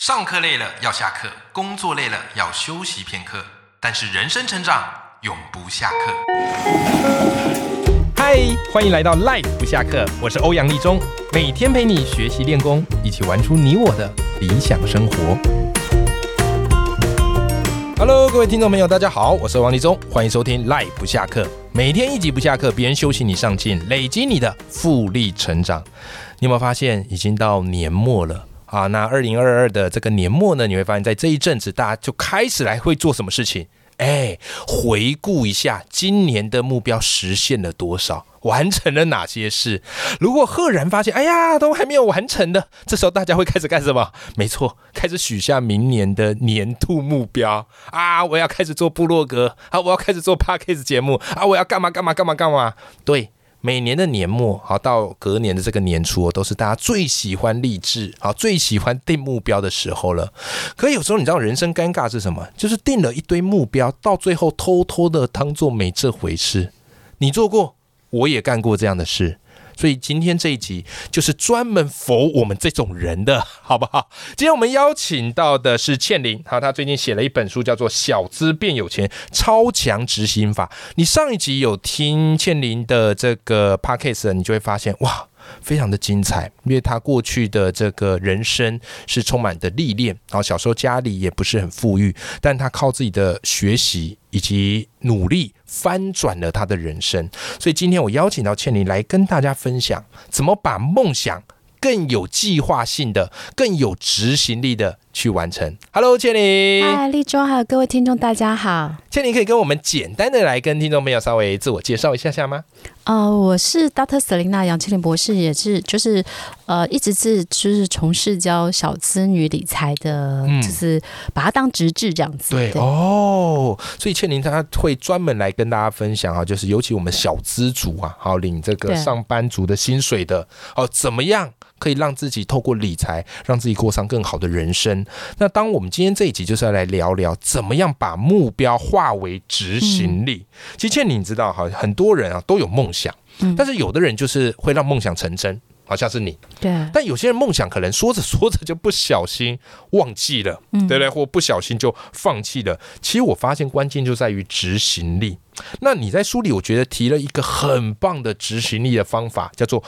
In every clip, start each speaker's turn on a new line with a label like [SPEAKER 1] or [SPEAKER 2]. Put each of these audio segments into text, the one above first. [SPEAKER 1] 上课累了要下课，工作累了要休息片刻，但是人生成长永不下课。嗨，欢迎来到 Life 不下课，我是欧阳立中，每天陪你学习练功，一起玩出你我的理想生活。Hello，各位听众朋友，大家好，我是王立中，欢迎收听 Live 不下课，每天一集不下课，别人休息你上进，累积你的复利成长。你有没有发现，已经到年末了？啊，那二零二二的这个年末呢，你会发现在这一阵子，大家就开始来会做什么事情？哎，回顾一下今年的目标实现了多少，完成了哪些事。如果赫然发现，哎呀，都还没有完成的，这时候大家会开始干什么？ 没错，开始许下明年的年度目标啊！我要开始做部落格啊，我要开始做 podcast 节目啊，我要干嘛干嘛干嘛干嘛。对，每年的年末好到隔年的这个年初、哦，都是大家最喜欢励志好最喜欢定目标的时候了。可有时候你知道人生尴尬是什么？就是定了一堆目标，到最后偷偷的当做没这回事。你做过，我也干过这样的事。所以今天这一集就是专门否我们这种人的，好不好？今天我们邀请到的是倩玲，好，她最近写了一本书，叫做《小资变有钱：超强执行法》。你上一集有听倩玲的这个 podcast，你就会发现，哇，非常的精彩，因为他过去的这个人生是充满的历练，然后小时候家里也不是很富裕，但他靠自己的学习以及努力翻转了他的人生。所以今天我邀请到倩玲来跟大家分享，怎么把梦想更有计划性的、更有执行力的去完成。Hello，倩玲，
[SPEAKER 2] 嗨，立中，还有各位听众，大家好。
[SPEAKER 1] 倩玲可以跟我们简单的来跟听众朋友稍微自我介绍一下下吗？
[SPEAKER 2] 呃，我是 Dr. Selina 杨千林博士，也是就是呃，一直是就是从事教小资女理财的，
[SPEAKER 1] 嗯
[SPEAKER 2] 就是把它当职志这样子。
[SPEAKER 1] 哦，所以倩玲她会专门来跟大家分享啊，就是尤其我们小资族啊，好领这个
[SPEAKER 2] 对
[SPEAKER 1] 上班族的薪水的哦，怎么样可以让自己透过理财让自己过上更好的人生？那当我们今天这一集就是要来聊聊怎么样把目标化为执行力。其实倩玲，你知道哈，很多人啊都有梦想，
[SPEAKER 2] 嗯
[SPEAKER 1] 但是有的人就是会让梦想成真，好像是你。
[SPEAKER 2] 对，
[SPEAKER 1] 但有些人梦想可能说着说着就不小心忘记了，
[SPEAKER 2] 嗯
[SPEAKER 1] 对不对？或不小心就放弃了。其实我发现关键就在于执行力。那你在书里，我觉得提了一个很棒的执行力的方法，叫做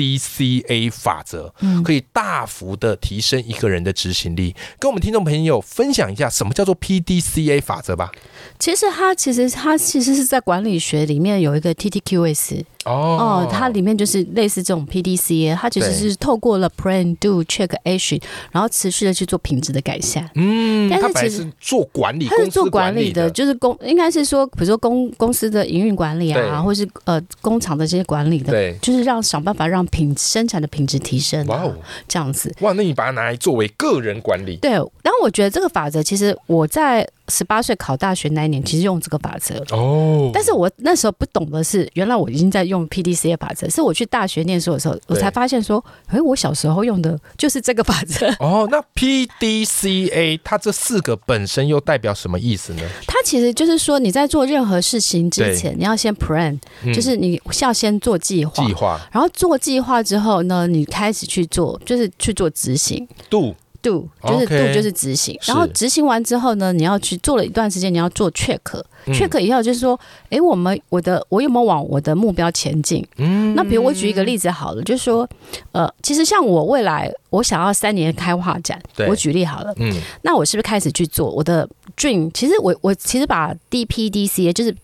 [SPEAKER 1] PDCA 法则，
[SPEAKER 2] 嗯
[SPEAKER 1] 可以大幅的提升一个人的执行力。跟我们听众朋友分享一下什么叫做 PDCA 法则吧。
[SPEAKER 2] 其实它其实它其实是在管理学里面有一个 TTQS 哦，它里面就是类似这种 PDCA，它其实
[SPEAKER 1] 对
[SPEAKER 2] 是透过了 Plan、Do、Check、Action，然后持续的去做品质的改善。
[SPEAKER 1] 嗯，
[SPEAKER 2] 但是
[SPEAKER 1] 它本来
[SPEAKER 2] 其实
[SPEAKER 1] 是做管理，
[SPEAKER 2] 他
[SPEAKER 1] 公
[SPEAKER 2] 是
[SPEAKER 1] 司
[SPEAKER 2] 做管理
[SPEAKER 1] 的
[SPEAKER 2] 的，，就是公应该是说，比如说公公司的营运管理
[SPEAKER 1] 对
[SPEAKER 2] 啊，或是呃工厂的这些管理的，
[SPEAKER 1] 对。
[SPEAKER 2] 就是让想办法让品生产的品质提升、
[SPEAKER 1] 哇
[SPEAKER 2] 啊，
[SPEAKER 1] 哦，
[SPEAKER 2] 这样子。
[SPEAKER 1] 哇！那你把它拿来作为个人管理，
[SPEAKER 2] 对，然后我觉得这个法则，其实我在十八岁考大学那一年，其实用这个法则。
[SPEAKER 1] 哦，
[SPEAKER 2] 但是我那时候不懂的是，原来我已经在用 PDCA 法则，是我去大学念书的时候，我才发现说，哎，我小时候用的就是这个法则。
[SPEAKER 1] 哦，那 PDCA 它这四个本身又代表什么意思呢？
[SPEAKER 2] 它其实就是说，你在做任何事情之
[SPEAKER 1] 对
[SPEAKER 2] 前，你要先 plan，
[SPEAKER 1] 嗯
[SPEAKER 2] 就是你是要先做计划。
[SPEAKER 1] 计划
[SPEAKER 2] 然后做计划之后呢，你开始去做，就是去做执行
[SPEAKER 1] 度，
[SPEAKER 2] ，do 就是
[SPEAKER 1] OK
[SPEAKER 2] do 就是执行。
[SPEAKER 1] 是
[SPEAKER 2] 然后执行完之后呢，你要去做了一段时间，你要做 check，check、以
[SPEAKER 1] 嗯
[SPEAKER 2] 后就是说，诶，我们我的我有没有往我的目标前进？
[SPEAKER 1] 嗯
[SPEAKER 2] 那比如我举一个例子好了，就是说，呃，其实像我未来我想要三年开画展
[SPEAKER 1] 对，
[SPEAKER 2] 我举例好了，
[SPEAKER 1] 嗯，
[SPEAKER 2] 那我是不是开始去做我的 dream？其实我我其实把 DPDCA 就是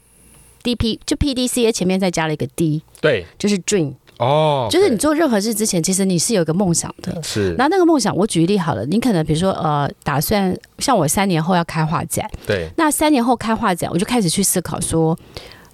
[SPEAKER 2] DP 就 PDCA 前面再加了一个 D，
[SPEAKER 1] 对，
[SPEAKER 2] 就是 dream。
[SPEAKER 1] 哦，
[SPEAKER 2] 就是你
[SPEAKER 1] 对嗯
[SPEAKER 2] 做任何事之前，其实你是有一个梦想的。
[SPEAKER 1] 是，
[SPEAKER 2] 那那个梦想，我举例好了，你可能比如说呃，打算像我三年后要开画展，
[SPEAKER 1] 对，
[SPEAKER 2] 那三年后开画展，我就开始去思考说，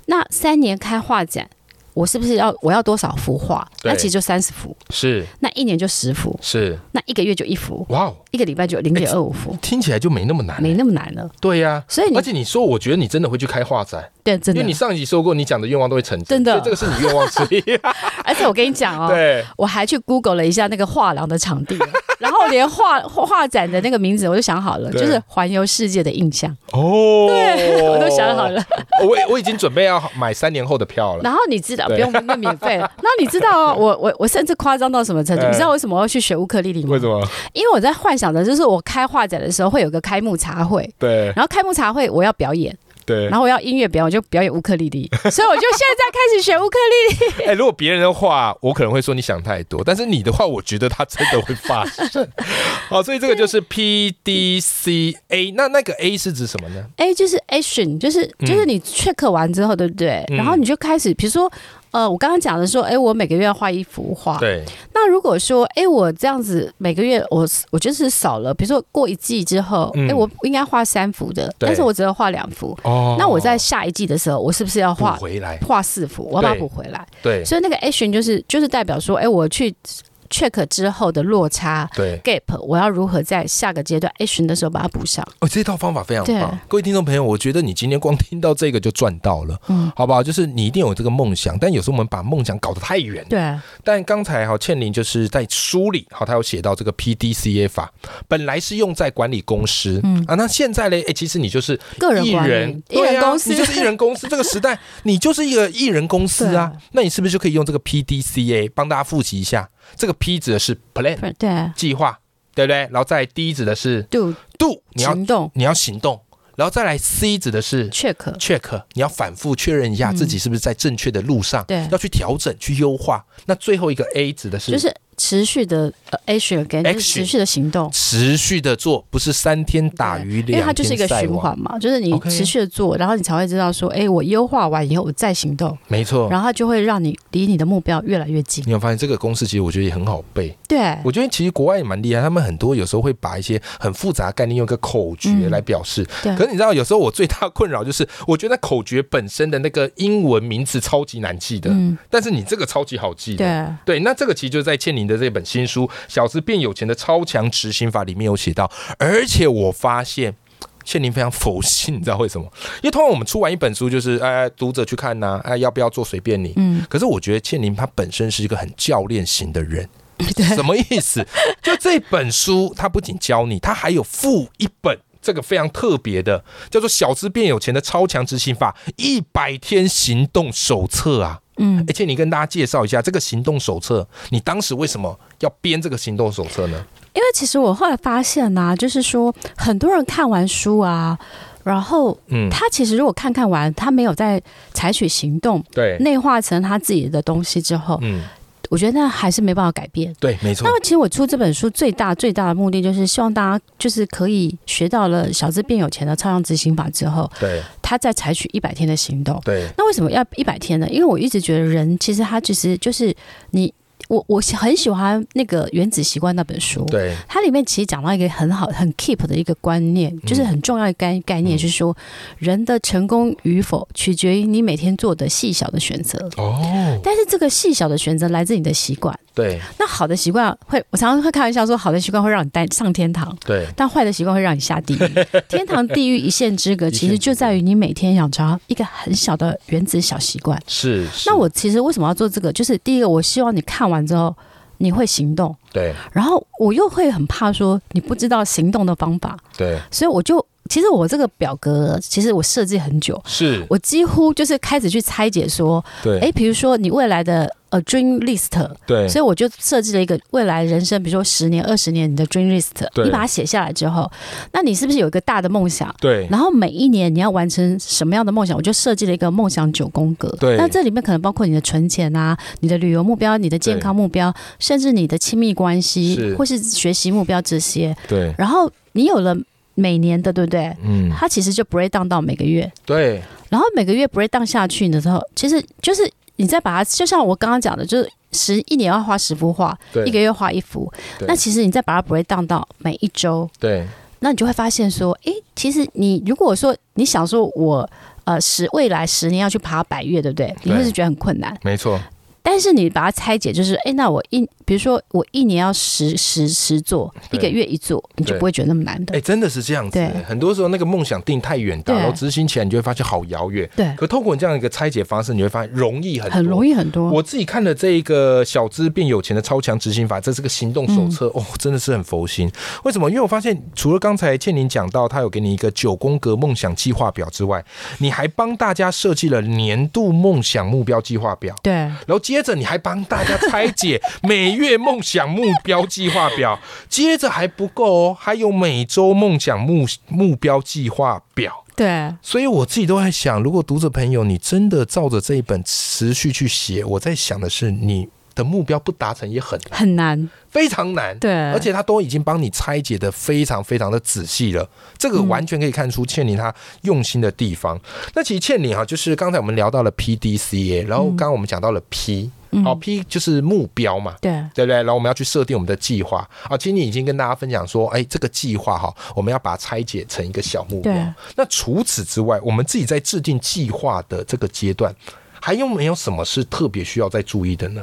[SPEAKER 2] 那三年开画展，我是不是要我要多少幅画？
[SPEAKER 1] 对
[SPEAKER 2] 那其实就三十幅，
[SPEAKER 1] 是
[SPEAKER 2] 那一年就十幅，
[SPEAKER 1] 是，
[SPEAKER 2] 那一个月就一幅，
[SPEAKER 1] 哇哦，
[SPEAKER 2] 一个礼拜就零点二五幅，
[SPEAKER 1] 听起来就没那么难，
[SPEAKER 2] 没那么难了。
[SPEAKER 1] 对呀。
[SPEAKER 2] 所以你
[SPEAKER 1] 而且你说，我觉得你真的会去开画展，
[SPEAKER 2] 对真
[SPEAKER 1] 因为
[SPEAKER 2] 的
[SPEAKER 1] 你，上一集说过，你讲的愿望都会成真，
[SPEAKER 2] 真的
[SPEAKER 1] 所以这个是你愿望 之一。
[SPEAKER 2] 而且我跟你讲哦，
[SPEAKER 1] 对，
[SPEAKER 2] 我还去 Google 了一下那个画廊的场地，哦然后连画画展的那个名字我就想好了，
[SPEAKER 1] 对
[SPEAKER 2] 就是环游世界的印象，
[SPEAKER 1] 哦，
[SPEAKER 2] 对我都想好了。
[SPEAKER 1] 我我已经准备要买三年后的票了。
[SPEAKER 2] 然后你知道，讲，
[SPEAKER 3] 对
[SPEAKER 2] 不用那免费了。那你知道啊，我我我甚至夸张到什么程度？
[SPEAKER 3] 嗯
[SPEAKER 2] 你知道为什么我要去学乌克丽丽吗
[SPEAKER 3] 为？什么？
[SPEAKER 2] 因为我在幻想着，就是我开画展的时候会有个开幕茶会，
[SPEAKER 3] 对
[SPEAKER 2] 然后开幕茶会我要表演，
[SPEAKER 3] 对
[SPEAKER 2] 然，后我要音乐表演，我就表演乌克丽丽，所以我就现在开始学乌克丽
[SPEAKER 1] 哎、如果别人的话，我可能会说你想太多，但是你的话，我觉得它真的会发 生。好，所以这个就是 P D C A，那那个 A 是指什么呢？
[SPEAKER 2] 丽。哎，就是 action，就是
[SPEAKER 1] 嗯
[SPEAKER 2] 就是你 check 完之后，对不对？
[SPEAKER 1] 嗯
[SPEAKER 2] 然后你就开始，比如说。呃，我刚刚讲的说，哎，我每个月要画一幅画。
[SPEAKER 1] 对，
[SPEAKER 2] 那如果说，哎，我这样子每个月我我就是少了，比如说过一季之后，哎、
[SPEAKER 1] 嗯
[SPEAKER 2] 我应该画三幅的，
[SPEAKER 1] 对
[SPEAKER 2] 但是我只有画两幅。
[SPEAKER 1] 哦
[SPEAKER 2] 那我在下一季的时候，我是不是要
[SPEAKER 1] 补
[SPEAKER 2] 画
[SPEAKER 1] 回来，
[SPEAKER 2] 画四幅？我要把它
[SPEAKER 1] 对
[SPEAKER 2] 补回来。
[SPEAKER 1] 对
[SPEAKER 2] 所以那个 action 就是就是代表说，哎、我去 check 之后的落差。
[SPEAKER 1] 对，
[SPEAKER 2] gap，我要如何在下个阶段 action 的时候把它补上？
[SPEAKER 1] 哦，这套方法非常
[SPEAKER 2] 对
[SPEAKER 1] 棒，各位听众朋友，我觉得你今天光听到这个就赚到了，
[SPEAKER 2] 嗯，
[SPEAKER 1] 好不好？就是你一定有这个梦想，但有时候我们把梦想搞得太远。
[SPEAKER 2] 对，
[SPEAKER 1] 但刚才哈倩玲就是在书里哈，她有写到这个 PDCA 法，本来是用在管理公司，
[SPEAKER 2] 嗯
[SPEAKER 1] 啊，那现在嘞，哎，其实你就是
[SPEAKER 2] 个人
[SPEAKER 1] 艺
[SPEAKER 2] 管
[SPEAKER 1] 人
[SPEAKER 2] 理，，艺
[SPEAKER 1] 对
[SPEAKER 2] 人
[SPEAKER 1] 啊
[SPEAKER 2] 公司，
[SPEAKER 1] 你就是艺人公司。这个时 代，你就是一个艺人公司
[SPEAKER 2] 对
[SPEAKER 1] 啊
[SPEAKER 2] 啊。
[SPEAKER 1] 那你是不是就可以用这个 PDCA 帮大家复习一下？这个 P 指的是 plan
[SPEAKER 2] 对啊
[SPEAKER 1] 计划，对不对？然后再来 D 指的是
[SPEAKER 2] do
[SPEAKER 1] do，你要
[SPEAKER 2] 行动
[SPEAKER 1] 你要行动，然后再来 C 指的是
[SPEAKER 2] check，
[SPEAKER 1] check，你要反复确认一下
[SPEAKER 2] 嗯
[SPEAKER 1] 自己是不是在正确的路上，
[SPEAKER 2] 对
[SPEAKER 1] 要去调整、去优化。那最后一个 A 指的是
[SPEAKER 2] 就是持续的呃 action 跟
[SPEAKER 1] Action
[SPEAKER 2] 持续的行动。
[SPEAKER 1] 持续的做，不是三天打鱼两天晒网，
[SPEAKER 2] 因为它就是一个循环嘛，就是你
[SPEAKER 1] OK
[SPEAKER 2] 持续的做然后你才会知道说，哎，我优化完以后我再行动，
[SPEAKER 1] 没错。
[SPEAKER 2] 然后它就会让你离你的目标越来越近。
[SPEAKER 1] 你有发现这个公式其实我觉得也很好背，
[SPEAKER 2] 对，
[SPEAKER 1] 我觉得其实国外也蛮厉害，他们很多有时候会把一些很复杂的概念用一个口诀
[SPEAKER 2] 嗯
[SPEAKER 1] 来表示。
[SPEAKER 2] 对
[SPEAKER 1] 可是你知道，有时候我最大的困扰就是， 我觉得口诀本身的那个英文名字超级难记的，
[SPEAKER 2] 嗯，
[SPEAKER 1] 但是你这个超级好记的。
[SPEAKER 2] 对，
[SPEAKER 1] 对，那这个其实就是在倩玲的这本新书《小资变有钱的超强执行法》里面有写到，而且我发现。倩玲非常佛系，你知道为什么？因为通常我们出完一本书，就是哎、读者去看呐、哎、要不要做随便你。
[SPEAKER 2] 嗯，
[SPEAKER 1] 可是我觉得倩玲她本身是一个很教练型的人，
[SPEAKER 2] 对，
[SPEAKER 1] 什么意 思？就这本书，它不仅教你，它还有附一本这个非常特别的，叫做《小资变有钱的超强执行法一百天行动手册》啊。
[SPEAKER 2] 嗯，
[SPEAKER 1] 而且你跟大家介绍一下这个行动手册，你当时为什么要编这个行动手册呢？
[SPEAKER 2] 因为其实我后来发现呐、就是说很多人看完书啊，然后
[SPEAKER 1] 嗯，
[SPEAKER 2] 他其实如果看看完，他没有在采取行动，
[SPEAKER 1] 对，
[SPEAKER 2] 内化成他自己的东西之后，
[SPEAKER 1] 嗯，
[SPEAKER 2] 我觉得那还是没办法改变。
[SPEAKER 1] 对，没错
[SPEAKER 2] 那，么，其实我出这本书最大最大的目的，就是希望大家就是可以学到了小资变有钱的超量执行法之后，
[SPEAKER 1] 对
[SPEAKER 2] 他再采取一百天的行动。
[SPEAKER 1] 对，
[SPEAKER 2] 那为什么要一百天呢？因为我一直觉得人其实他其实就是你，我我很喜欢那个《原子习惯》那本书，
[SPEAKER 1] 对，
[SPEAKER 2] 它里面其实讲到一个很好、很 keep 的一个观念，就是很重要的概概念，
[SPEAKER 1] 嗯
[SPEAKER 2] 就是说人的成功与否取决于你每天做的细小的选择。
[SPEAKER 1] 哦，
[SPEAKER 2] 但是这个细小的选择来自你的习惯，
[SPEAKER 1] 对
[SPEAKER 2] 那好的习惯会，我常常会开玩笑说，好的习惯会让你带上天堂，
[SPEAKER 1] 对，
[SPEAKER 2] 但坏的习惯会让你下地狱。 天堂、地狱一线之隔，
[SPEAKER 1] 一线之隔
[SPEAKER 2] 其实就在于你每天养成一个很小的原子小习惯。
[SPEAKER 1] 是。是
[SPEAKER 2] 那我其实为什么要做这个？就是第一个，我希望你看完之后你会行动，
[SPEAKER 1] 对
[SPEAKER 2] 然后我又会很怕说你不知道行动的方法，
[SPEAKER 1] 对
[SPEAKER 2] 所以我就其实我这个表格其实我设计很久，
[SPEAKER 1] 是，
[SPEAKER 2] 我几乎就是开始去拆解说，
[SPEAKER 1] 对
[SPEAKER 2] 诶，比如说你未来的呃 dream list，
[SPEAKER 1] 对
[SPEAKER 2] 所以我就设计了一个未来人生，比如说十年、二十年你的 dream list，
[SPEAKER 1] 对
[SPEAKER 2] 你把它写下来之后，那你是不是有一个大的梦想？
[SPEAKER 1] 对
[SPEAKER 2] 然后每一年你要完成什么样的梦想，我就设计了一个梦想九宫格。
[SPEAKER 1] 对
[SPEAKER 2] 那这里面可能包括你的存钱啊、你的旅游目标、你的健康目标，甚至你的亲密关系
[SPEAKER 1] 是
[SPEAKER 2] 或是学习目标这些。
[SPEAKER 1] 对，
[SPEAKER 2] 然后你有了每年的，对不对？
[SPEAKER 1] 嗯，
[SPEAKER 2] 它其实就 break down 到每个月，
[SPEAKER 1] 对
[SPEAKER 2] 然后每个月 break down 下去的时候，其实就是你再把它，就像我刚刚讲的，就是十一年要画十幅画，
[SPEAKER 1] 对
[SPEAKER 2] 一个月画一幅，
[SPEAKER 1] 对
[SPEAKER 2] 那其实你再把它 break down 到每一周，
[SPEAKER 1] 对
[SPEAKER 2] 那你就会发现说，诶，其实你如果说你想说我呃十未来十年要去爬百越，对不对？你会是觉得很困难。
[SPEAKER 1] 没错，
[SPEAKER 2] 但是你把它拆解，就是哎，那我一比如说我一年要十十十做，一
[SPEAKER 1] 对
[SPEAKER 2] 个月一做，你就
[SPEAKER 1] 对
[SPEAKER 2] 不会觉得那么难的
[SPEAKER 1] 哎、。真的是这样子
[SPEAKER 2] 对。
[SPEAKER 1] 很多时候那个梦想定太远大，
[SPEAKER 2] 对
[SPEAKER 1] 然后执行起来你就会发现好遥远。
[SPEAKER 2] 对，
[SPEAKER 1] 可透过你这样一个拆解方式，你会发现容易很多
[SPEAKER 2] 很容
[SPEAKER 1] 易。
[SPEAKER 2] 易很多。
[SPEAKER 1] 我自己看了这一个《小资变有钱的超强执行法》，这是个行动手
[SPEAKER 2] 嗯
[SPEAKER 1] 册、哦，真的是很佛心。为什么？因为我发现，除了刚才倩玲讲到，她有给你一个九宫格梦想计划表之外，你还帮大家设计了年度梦想目标计划表。
[SPEAKER 2] 对，
[SPEAKER 1] 然后接着你还帮大家拆解 每月梦想目标计划表，接着还不够哦，还有每周梦想目目标计划表。
[SPEAKER 2] 对，
[SPEAKER 1] 所以我自己都在想，如果读者朋友你真的照着这一本持续去写，我在想的是你的目标不达成也很难，
[SPEAKER 2] 很难。
[SPEAKER 1] 非常难。
[SPEAKER 2] 对，
[SPEAKER 1] 而且他都已经帮你拆解的非常非常的仔细了，这
[SPEAKER 2] 嗯
[SPEAKER 1] 个完全可以看出倩玲她用心的地方。那其实倩玲哈，就是刚才我们聊到了 PDCA，然后刚刚我们讲到了 P，
[SPEAKER 2] 嗯
[SPEAKER 1] 好、P 就是目标嘛。
[SPEAKER 2] 对
[SPEAKER 1] 对不对？然后我们要去设定我们的计划啊。其实你已经跟大家分享说，哎，这个计划哈，我们要把它拆解成一个小目标
[SPEAKER 2] 对。
[SPEAKER 1] 那除此之外，我们自己在制定计划的这个阶段，还有没有什么是特别需要再注意的呢？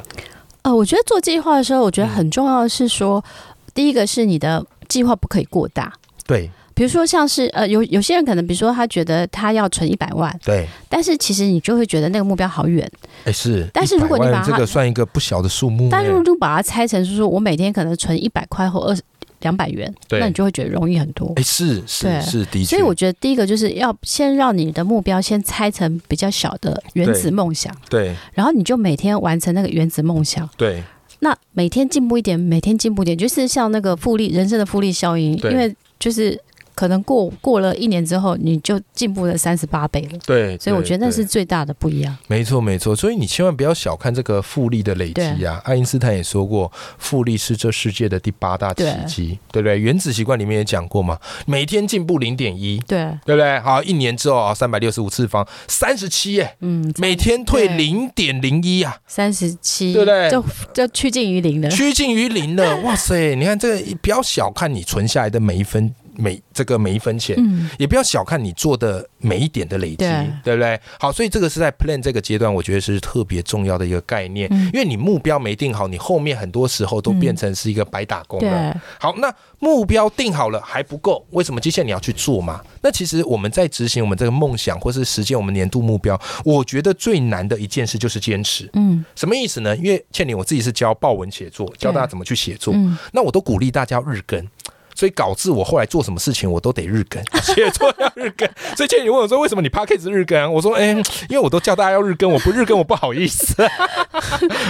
[SPEAKER 2] 呃，我觉得做计划的时候，我
[SPEAKER 1] 嗯
[SPEAKER 2] 觉得很重要的是说，第一个是你的计划不可以过大。
[SPEAKER 1] 对
[SPEAKER 2] 比如说，像是呃，有有些人可能，比如说他觉得他要存一百万，
[SPEAKER 1] 对，
[SPEAKER 2] 但是其实你就会觉得那个目标好远。
[SPEAKER 1] 哎是。
[SPEAKER 2] 但是如果你
[SPEAKER 1] 100万
[SPEAKER 2] 把它
[SPEAKER 1] 这个算一个不小的数目，
[SPEAKER 2] 但是
[SPEAKER 1] 哎
[SPEAKER 2] 如果把它拆成是说我每天可能存一百块或二两百元，
[SPEAKER 1] 对
[SPEAKER 2] 那你就会觉得容易很多。
[SPEAKER 1] 哎，是是
[SPEAKER 2] 对
[SPEAKER 1] 是，的确，
[SPEAKER 2] 所以我觉得第一个就是要先让你的目标先拆成比较小的原子梦想，
[SPEAKER 1] 对
[SPEAKER 2] 然后你就每天完成那个原子梦想。
[SPEAKER 1] 对
[SPEAKER 2] 那每天进步一点，每天进步一点，就是像那个复利人生的复利效应，
[SPEAKER 1] 对
[SPEAKER 2] 因为就是可能过过了一年之后，你就进步了三十八倍了。
[SPEAKER 1] 对，
[SPEAKER 2] 所以我
[SPEAKER 1] 对
[SPEAKER 2] 觉得那
[SPEAKER 1] 对
[SPEAKER 2] 是最大的不一样。
[SPEAKER 1] 没错没错，所以你千万不要小看这个复利的累积啊！爱因斯坦也说过，复利是这世界的第八大奇迹，对不对？原子习惯里面也讲过嘛，每天进步零点一，
[SPEAKER 2] 对，
[SPEAKER 1] 对不对？好，一年之后啊，三百六十五次方，三十七耶，
[SPEAKER 2] 嗯，
[SPEAKER 1] 每天退
[SPEAKER 2] 对
[SPEAKER 1] 零点零一啊，
[SPEAKER 2] 三十七，
[SPEAKER 1] 对不对
[SPEAKER 2] 就就趋近于零了。
[SPEAKER 1] 趋近于零了。哇塞，你看这个，不要小看你存下来的每一分每这个每一分钱，
[SPEAKER 2] 嗯，
[SPEAKER 1] 也不要小看你做的每一点的累积，
[SPEAKER 2] 对
[SPEAKER 1] 对不对？好，所以这个是在 plan 这个阶段，我觉得是特别重要的一个概念，
[SPEAKER 2] 嗯
[SPEAKER 1] 因为你目标没定好，你后面很多时候都变成是一个白打工了。
[SPEAKER 2] 对，
[SPEAKER 1] 好，那目标定好了还不够，为什么接下来你要去做嘛？那其实我们在执行我们这个梦想或是实现我们年度目标，我觉得最难的一件事就是坚持。
[SPEAKER 2] 嗯
[SPEAKER 1] 什么意思呢？因为倩玲我自己是教报文写作，教大家怎么去写作，
[SPEAKER 2] 嗯，
[SPEAKER 1] 那我都鼓励大家日更。所以导致我后来做什么事情我都得日 更，写作要日更。所以倩你问我说为什么你 p a c k a g e 日更啊、我说哎、因为我都叫大家要日更，我不日更我不好意 思。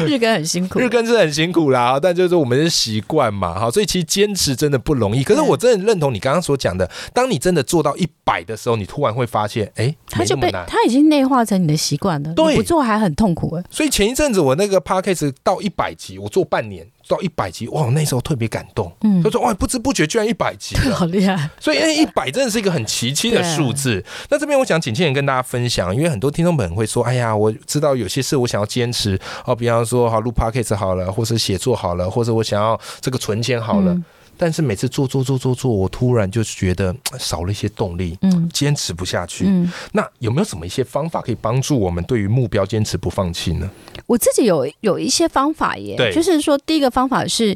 [SPEAKER 2] 日更很辛苦。
[SPEAKER 1] 日更是很辛苦啦，但就是我们的习惯嘛，哈。所以其实坚持真的不容易。可是我真的认同你刚刚所讲的，当你真的做到一百的时候，你突然会发现，哎、
[SPEAKER 2] 他
[SPEAKER 1] 没那
[SPEAKER 2] 就
[SPEAKER 1] 么
[SPEAKER 2] 被
[SPEAKER 1] 难。
[SPEAKER 2] 他已经内化成你的习惯了，
[SPEAKER 1] 对
[SPEAKER 2] 你不做还很痛苦哎。
[SPEAKER 1] 所以前一阵子我那个 p a c k a g e 到一百集，我做半年到一百集，哇，我那时候特别感动。
[SPEAKER 2] 嗯
[SPEAKER 1] 他， 说哇，不知不觉居然一百集了。
[SPEAKER 2] 好厉害。
[SPEAKER 1] 所以，哎，一百真的是一个很奇迹的数字。那这边我想请倩人跟大家分享，因为很多听众朋友会说：“哎呀，我知道有些事我想要坚持哦，比方说好录 podcast 好了，或是写作好了，或者我想要这个存钱好了。
[SPEAKER 2] 嗯
[SPEAKER 1] 但是每次做做做做做，我突然就觉得呃少了一些动力，
[SPEAKER 2] 嗯
[SPEAKER 1] 坚持不下去。
[SPEAKER 2] 嗯，
[SPEAKER 1] 那有没有什么一些方法可以帮助我们对于目标坚持不放弃呢？
[SPEAKER 2] 我自己有有一些方法耶
[SPEAKER 1] 对，
[SPEAKER 2] 就是说第一个方法是，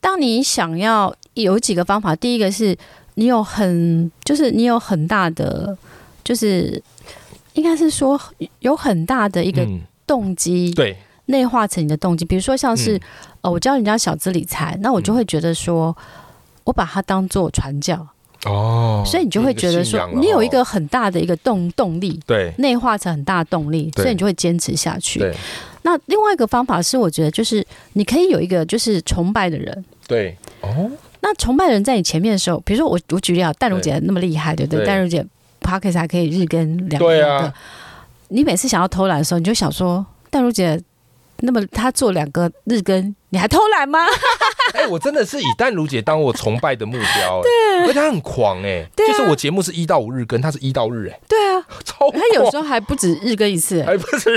[SPEAKER 2] 当你想要有几个方法，第一个是你有很就是你有很大的就是。应该是说有很大的一个
[SPEAKER 1] 嗯，
[SPEAKER 2] 动机
[SPEAKER 1] 对，
[SPEAKER 2] 内、化成你的动机，比如说像是、
[SPEAKER 1] 嗯
[SPEAKER 2] 呃，我教人家小资理财，那我
[SPEAKER 1] 嗯
[SPEAKER 2] 就会觉得说，我把它当做传教，
[SPEAKER 1] 哦，
[SPEAKER 2] 所以你就会觉得
[SPEAKER 1] 信
[SPEAKER 2] 说
[SPEAKER 1] 仰，了
[SPEAKER 2] 你有一
[SPEAKER 1] 哦
[SPEAKER 2] 个很大的一个动动力，
[SPEAKER 1] 对
[SPEAKER 2] 内化成很大的动力，
[SPEAKER 1] 对
[SPEAKER 2] 所以你就会坚持下去。
[SPEAKER 1] 对
[SPEAKER 2] 那另外一个方法是，我觉得就是你可以有一个就是崇拜的人。
[SPEAKER 1] 对哦，
[SPEAKER 2] 那崇拜的人在你前面的时候，比如说我我举例啊，淡如姐那么厉害，对不对？
[SPEAKER 1] 对
[SPEAKER 2] 淡如姐 p o c k e t 还可以日更两
[SPEAKER 1] 对
[SPEAKER 2] 年
[SPEAKER 1] 啊
[SPEAKER 2] 的，你每次想要偷懒的时候，你就想说，淡如姐那么她做两个日更你还偷 懒吗？
[SPEAKER 1] 哎、我真的是以淡如姐当我崇拜的目标、哎，而且她很狂哎、
[SPEAKER 2] 对啊
[SPEAKER 1] 就是我节目是一到五日更，她是一到日哎、
[SPEAKER 2] 对啊，
[SPEAKER 1] 超
[SPEAKER 2] 他有时
[SPEAKER 1] 候
[SPEAKER 2] 候还不止日更 一次、欸。
[SPEAKER 1] 还不是、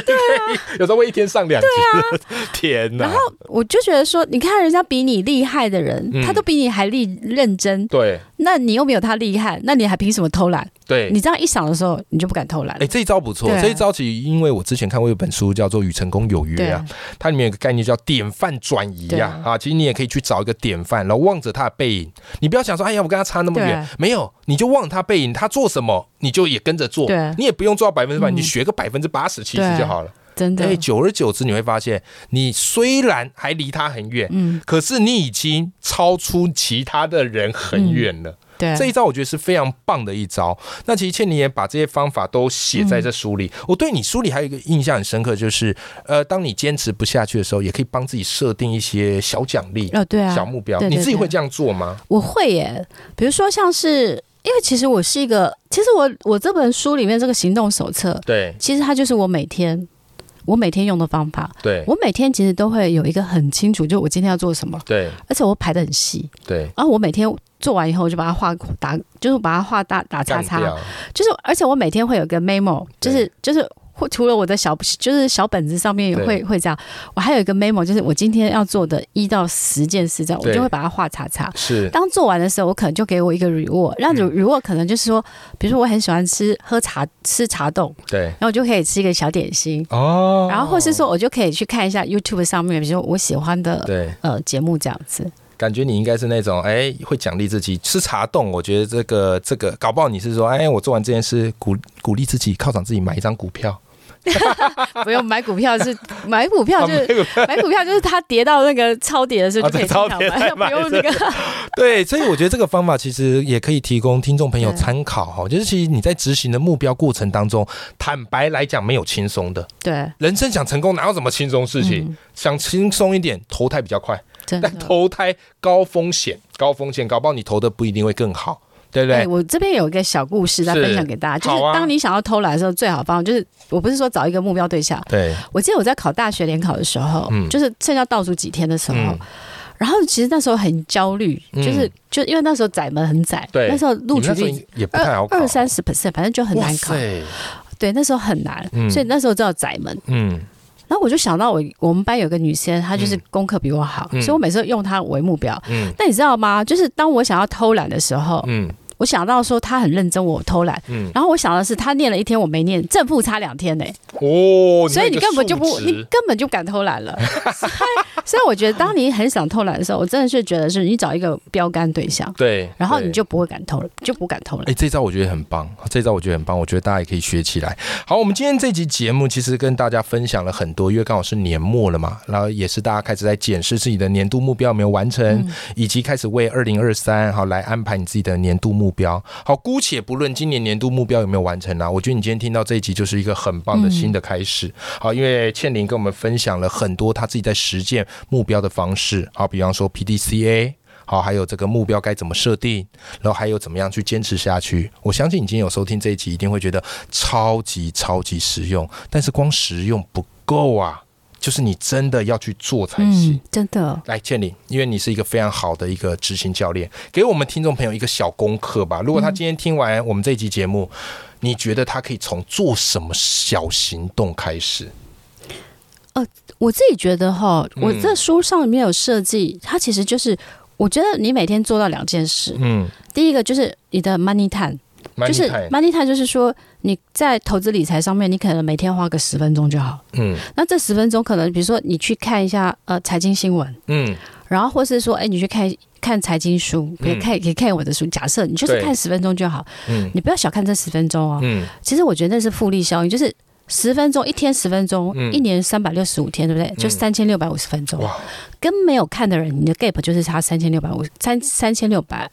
[SPEAKER 1] 有时候会一天上两集， 天哪！
[SPEAKER 2] 啊然后我就觉得说，你看人家比你厉害的人，
[SPEAKER 1] 嗯
[SPEAKER 2] 他都比你还厉认真，
[SPEAKER 1] 对
[SPEAKER 2] 那你又没有他厉害，那你还凭什么偷懒？
[SPEAKER 1] 对，
[SPEAKER 2] 你这样一想的时候，你就不敢偷懒
[SPEAKER 1] 哎、
[SPEAKER 2] 了。
[SPEAKER 1] 这一招不错。
[SPEAKER 2] 对啊
[SPEAKER 1] 这一招其实因为我之前看过一本书叫做《与成功有约
[SPEAKER 2] 对》
[SPEAKER 1] 啊
[SPEAKER 2] 啊，，
[SPEAKER 1] 它里面有个概念叫典范转移
[SPEAKER 2] 对
[SPEAKER 1] 呀
[SPEAKER 2] 啊、
[SPEAKER 1] 啊。其实你也可以去找一个典范，然后望着他的背影。你不要想说，哎呀，我跟他差那么
[SPEAKER 2] 对
[SPEAKER 1] 远，没有，你就望他背影，他做什么你就也跟着做
[SPEAKER 2] 对啊，
[SPEAKER 1] 你也不用做到百分之百，
[SPEAKER 2] 嗯
[SPEAKER 1] 你学个百分之八十、七
[SPEAKER 2] 对
[SPEAKER 1] 十
[SPEAKER 2] 啊
[SPEAKER 1] 就好了。
[SPEAKER 2] 真的
[SPEAKER 1] 哎，，久而久之你会发现，你虽然还离他很远。
[SPEAKER 2] 嗯，
[SPEAKER 1] 可是你已经超出其他的人
[SPEAKER 2] 嗯
[SPEAKER 1] 很远了，
[SPEAKER 2] 对，啊
[SPEAKER 1] 这一招我觉得是非常棒的一招。那其实倩妮也把这些方法都写在
[SPEAKER 2] 嗯
[SPEAKER 1] 这书里。我对你书里还有一个印象很深刻，就是呃，当你坚持不下去的时候，也可以帮自己设定一些小奖励、
[SPEAKER 2] 哦，对啊，
[SPEAKER 1] 小目标。
[SPEAKER 2] 对对
[SPEAKER 1] 你自己
[SPEAKER 2] 对
[SPEAKER 1] 会这样做吗？
[SPEAKER 2] 我会耶，比如说像是，因为其实我是一个，其实我我这本书里面这个行动手册，
[SPEAKER 1] 对
[SPEAKER 2] 其实它就是我每天我每天用的方法。
[SPEAKER 1] 对
[SPEAKER 2] 我每天其实都会有一个很清楚，就我今天要做什么，
[SPEAKER 1] 对
[SPEAKER 2] 而且我排的很细。啊
[SPEAKER 1] 对，
[SPEAKER 2] 然后我每天做完以后，我就把它画打，就是把它画大打叉
[SPEAKER 1] 干
[SPEAKER 2] 叉，
[SPEAKER 1] 掉
[SPEAKER 2] 就是而且我每天会有一个 memo，
[SPEAKER 1] 对
[SPEAKER 2] 就是就是。会除了我的小就是小本子上面也
[SPEAKER 1] 对
[SPEAKER 2] 会会这样，我还有一个 memo，就是我今天要做的一到十件事，这样我
[SPEAKER 1] 对
[SPEAKER 2] 就会把它画叉叉。
[SPEAKER 1] 是
[SPEAKER 2] 当做完的时候，我可能就给我一个 reward，让
[SPEAKER 1] 嗯
[SPEAKER 2] reward 可能就是说，比如说我很喜欢吃喝茶吃茶冻，
[SPEAKER 1] 对
[SPEAKER 2] 然后我就可以吃一个小点心，
[SPEAKER 1] 哦，
[SPEAKER 2] 然后或是说我就可以去看一下 YouTube 上面，比如说我喜欢的
[SPEAKER 1] 对。
[SPEAKER 2] 呃节目这样子。
[SPEAKER 1] 感觉你应该是那种哎、会奖励自己吃茶冻。我觉得这个这个，搞不好你是说哎、我做完这件事鼓鼓励自己，犒赏自己买一张股票。
[SPEAKER 2] 不用买股票是买 股票就
[SPEAKER 1] 啊
[SPEAKER 2] 是
[SPEAKER 1] 没有
[SPEAKER 2] 买股票就是它跌到那个超跌的时候就可以经常
[SPEAKER 1] 啊在超跌再
[SPEAKER 2] 买，
[SPEAKER 1] 买
[SPEAKER 2] 不用那个。
[SPEAKER 1] 对，所以我觉得这个方法其实也可以提供听众朋友
[SPEAKER 2] 对
[SPEAKER 1] 参考哈。就是其实你在执行的目标过程当中，坦白来讲，没有轻松的。
[SPEAKER 2] 对，
[SPEAKER 1] 人生想成功，哪有什么轻松事情？
[SPEAKER 2] 嗯
[SPEAKER 1] 想轻松一点，投胎比较快，
[SPEAKER 2] 真的
[SPEAKER 1] 但。投胎高风险，高风险，搞不好你投的不一定会更好，对不对？
[SPEAKER 2] 哎，我这边有一个小故事在
[SPEAKER 1] 是
[SPEAKER 2] 分享给大家，就
[SPEAKER 1] 好啊
[SPEAKER 2] 是当你想要偷懒的时候，最好方法就是，我不是说找一个目标对象，
[SPEAKER 1] 对，
[SPEAKER 2] 我记得我在考大学联考的时候，
[SPEAKER 1] 嗯
[SPEAKER 2] 就是剩下倒数几天的时候，
[SPEAKER 1] 嗯
[SPEAKER 2] 然后其实那时候很焦虑，
[SPEAKER 1] 嗯
[SPEAKER 2] 就是就因为那时候窄门很窄，
[SPEAKER 1] 对
[SPEAKER 2] 那时候录
[SPEAKER 1] 你
[SPEAKER 2] 取
[SPEAKER 1] 们那时候
[SPEAKER 2] 率
[SPEAKER 1] 也不太
[SPEAKER 2] 二
[SPEAKER 1] 好考，
[SPEAKER 2] 二三十 percent，反正就很
[SPEAKER 1] 哇
[SPEAKER 2] 难考，
[SPEAKER 1] 塞，
[SPEAKER 2] 对，那时候很难，
[SPEAKER 1] 嗯
[SPEAKER 2] 所以那时候只有窄门。
[SPEAKER 1] 嗯，
[SPEAKER 2] 然后我就想到我我们班有个女生，她就是
[SPEAKER 1] 嗯
[SPEAKER 2] 功课比我好，
[SPEAKER 1] 嗯
[SPEAKER 2] 所以我每次都用她为目标。
[SPEAKER 1] 嗯
[SPEAKER 2] 但你知道吗？就是当我想要偷懒的时候，
[SPEAKER 1] 嗯
[SPEAKER 2] 我想到说她很认真，我偷懒。
[SPEAKER 1] 嗯，
[SPEAKER 2] 然后我想的是，她念了一天，我没念，正负差两天呢、
[SPEAKER 1] 哦，
[SPEAKER 2] 所以你
[SPEAKER 1] 那个
[SPEAKER 2] 根本就
[SPEAKER 1] 数
[SPEAKER 2] 不，
[SPEAKER 1] 值
[SPEAKER 2] 你根本就不敢偷懒了。 所以，所以我觉得，当你很想偷懒的时候，我真的是觉得是你找一个标杆对象，
[SPEAKER 1] 对，
[SPEAKER 2] 然后
[SPEAKER 1] 对
[SPEAKER 2] 你就不会敢偷，就不敢偷
[SPEAKER 1] 哎、
[SPEAKER 2] 懒。
[SPEAKER 1] 这招我觉得很棒，这招我觉得很棒，我觉得大家也可以学起来。好，我们今天这集节目其实跟大家分享了很多，因为刚好是年末了嘛，然后也是大家开始在检视自己的年度目标有没有完成，以及开始为二零二三好来安排你自己的年度目标。好，姑且不论今年年度目标有没有完成啊，我觉得你今天听到这一集就是一个很棒的
[SPEAKER 2] 嗯
[SPEAKER 1] 新的开始。好，因为倩玲跟我们分享了很多她自己在实践目标的方式，好，比方说 PDCA。好，还有这个目标该怎么设定，然后还有怎么样去坚持下去。我相信你今天有收听这一集，一定会觉得超级超级实用。但是光实用不够啊，就是你真的要去做才行。
[SPEAKER 2] 嗯，真的，
[SPEAKER 1] 来，倩玲，因为你是一个非常好的一个执行教练，给我们听众朋友一个小功课吧。如果
[SPEAKER 2] 嗯
[SPEAKER 1] 他今天听完我们这一集节目，你觉得他可以从做什么小行动开始？
[SPEAKER 2] 我自己觉得哈，
[SPEAKER 1] 嗯
[SPEAKER 2] 我这书上面有设计，它其实就是，我觉得你每天做到两件事，
[SPEAKER 1] 嗯，
[SPEAKER 2] 第一个就是你的 money time，就是
[SPEAKER 1] Money time
[SPEAKER 2] money time 就是说你在投资理财上面，你可能每天花个十分钟就好。
[SPEAKER 1] 嗯
[SPEAKER 2] 那这十分钟可能比如说你去看一下呃财经新闻。
[SPEAKER 1] 嗯，
[SPEAKER 2] 然后或是说，哎，你去看看财经书，别
[SPEAKER 1] 嗯
[SPEAKER 2] 看也可以看我的书。假设你就是
[SPEAKER 1] 对
[SPEAKER 2] 看十分钟就好，
[SPEAKER 1] 嗯
[SPEAKER 2] 你不要小看这十分钟哦。
[SPEAKER 1] 嗯，
[SPEAKER 2] 其实我觉得那是复利效应，就是十分钟一天十分钟，
[SPEAKER 1] 嗯
[SPEAKER 2] 一年三百六十五天，对不对？就
[SPEAKER 1] 嗯
[SPEAKER 2] 三千六百五十分钟，
[SPEAKER 1] 哇，
[SPEAKER 2] 跟没有看的人，你的 gap 就是差三千六百五三三千六百。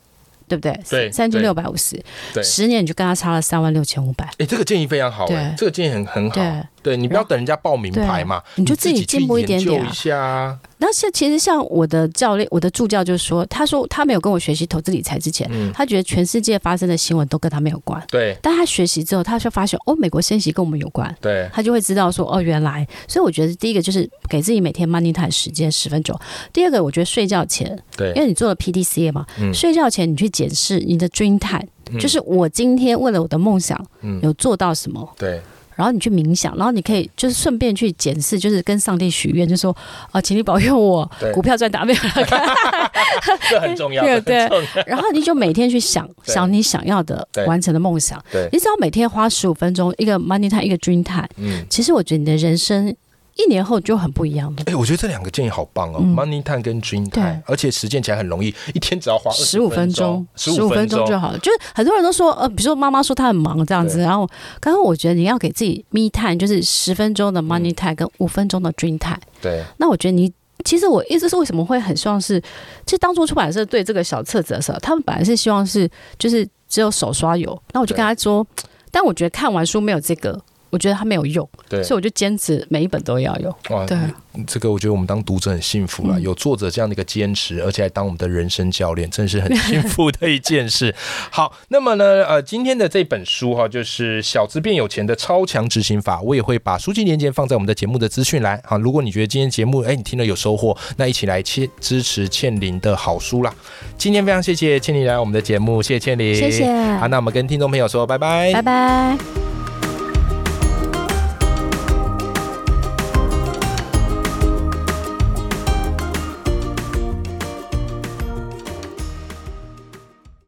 [SPEAKER 2] 对不对？
[SPEAKER 1] 对
[SPEAKER 2] 三千六百五十，
[SPEAKER 1] 对，
[SPEAKER 2] 十年你就跟他差了三万六千五百。
[SPEAKER 1] 哎，这个建议非常好，
[SPEAKER 2] 对
[SPEAKER 1] 哎，这个建议很很好，
[SPEAKER 2] 对，
[SPEAKER 1] 对你不要等人家报名牌嘛，
[SPEAKER 2] 你就自己
[SPEAKER 1] 去
[SPEAKER 2] 进步一点点啊
[SPEAKER 1] 研究一下啊。
[SPEAKER 2] 那像其实像我的教练，我的助教就说，他说他没有跟我学习投资理财之前，
[SPEAKER 1] 嗯，
[SPEAKER 2] 他觉得全世界发生的新闻都跟他没有关，
[SPEAKER 1] 对
[SPEAKER 2] 但他学习之后，他就发现哦，美国升息跟我们有关。
[SPEAKER 1] 对，
[SPEAKER 2] 他就会知道说哦，原来，所以我觉得第一个就是给自己每天 money time 时间十分钟。第二个，我觉得睡觉前，因
[SPEAKER 1] 对，
[SPEAKER 2] 为你做了 PDCA 嘛，
[SPEAKER 1] 嗯
[SPEAKER 2] 睡觉前你去检视你的 dream time，、
[SPEAKER 1] 嗯
[SPEAKER 2] 就是我今天为了我的梦想
[SPEAKER 1] 嗯，
[SPEAKER 2] 有做到什么，
[SPEAKER 1] 对
[SPEAKER 2] 然后你去冥想，然后你可以就是顺便去检视，就是跟上帝许愿，就说啊、请你保佑我
[SPEAKER 1] 对
[SPEAKER 2] 股票赚大没有啦？
[SPEAKER 1] 这很 重要，
[SPEAKER 2] 对
[SPEAKER 1] 这很重要。
[SPEAKER 2] 然后你就每天去想
[SPEAKER 1] 对
[SPEAKER 2] 想你想要的
[SPEAKER 1] 对
[SPEAKER 2] 完成的梦想，
[SPEAKER 1] 对，
[SPEAKER 2] 你只要每天花十五分钟，一个 money time，一个 dream time，
[SPEAKER 1] 嗯，
[SPEAKER 2] 其实我觉得你的人生一年后就很不一样了。
[SPEAKER 1] 哎，我觉得这两个建议好棒哦
[SPEAKER 2] 嗯
[SPEAKER 1] ，Money Time 跟 Dream Time，
[SPEAKER 2] 对
[SPEAKER 1] 而且实践起来很容易，一天只要花
[SPEAKER 2] 十五分钟，
[SPEAKER 1] 十五分
[SPEAKER 2] 钟就好了。就是很多人都说，呃，比如说妈妈说她很忙这样子，
[SPEAKER 1] 对
[SPEAKER 2] 然后，刚刚我觉得你要给自己 me time，就是十分钟
[SPEAKER 1] 嗯
[SPEAKER 2] 的 money time 跟五分钟的 dream time。
[SPEAKER 1] 对
[SPEAKER 2] 那我觉得你，其实我一直是为什么会很希望是，其实当初出版社对这个小册子的时候，他们本来是希望是就是只有手刷有，那我就跟他说，但我觉得看完书没有这个，我觉得它没有用，
[SPEAKER 1] 对，
[SPEAKER 2] 所以我就坚持每一本都要有。
[SPEAKER 1] 哇，
[SPEAKER 2] 对，
[SPEAKER 1] 这个我觉得我们当读者很幸福啦，
[SPEAKER 2] 嗯
[SPEAKER 1] 有作者这样的一个坚持，而且还当我们的人生教练，真是很幸福的一件事。 好，那么呢，呃，今天的这本书哈，就是《小资变有钱的超强执行法》，我也会把书籍链接放在我们的节目的资讯栏好，如果你觉得今天节目哎你听了有收获，那一起来切支持倩玲的好书啦。今天非常谢谢倩玲来我们的节目，谢谢倩玲，
[SPEAKER 2] 谢谢
[SPEAKER 1] 好，那我们跟听众朋友说拜拜，
[SPEAKER 2] 拜拜。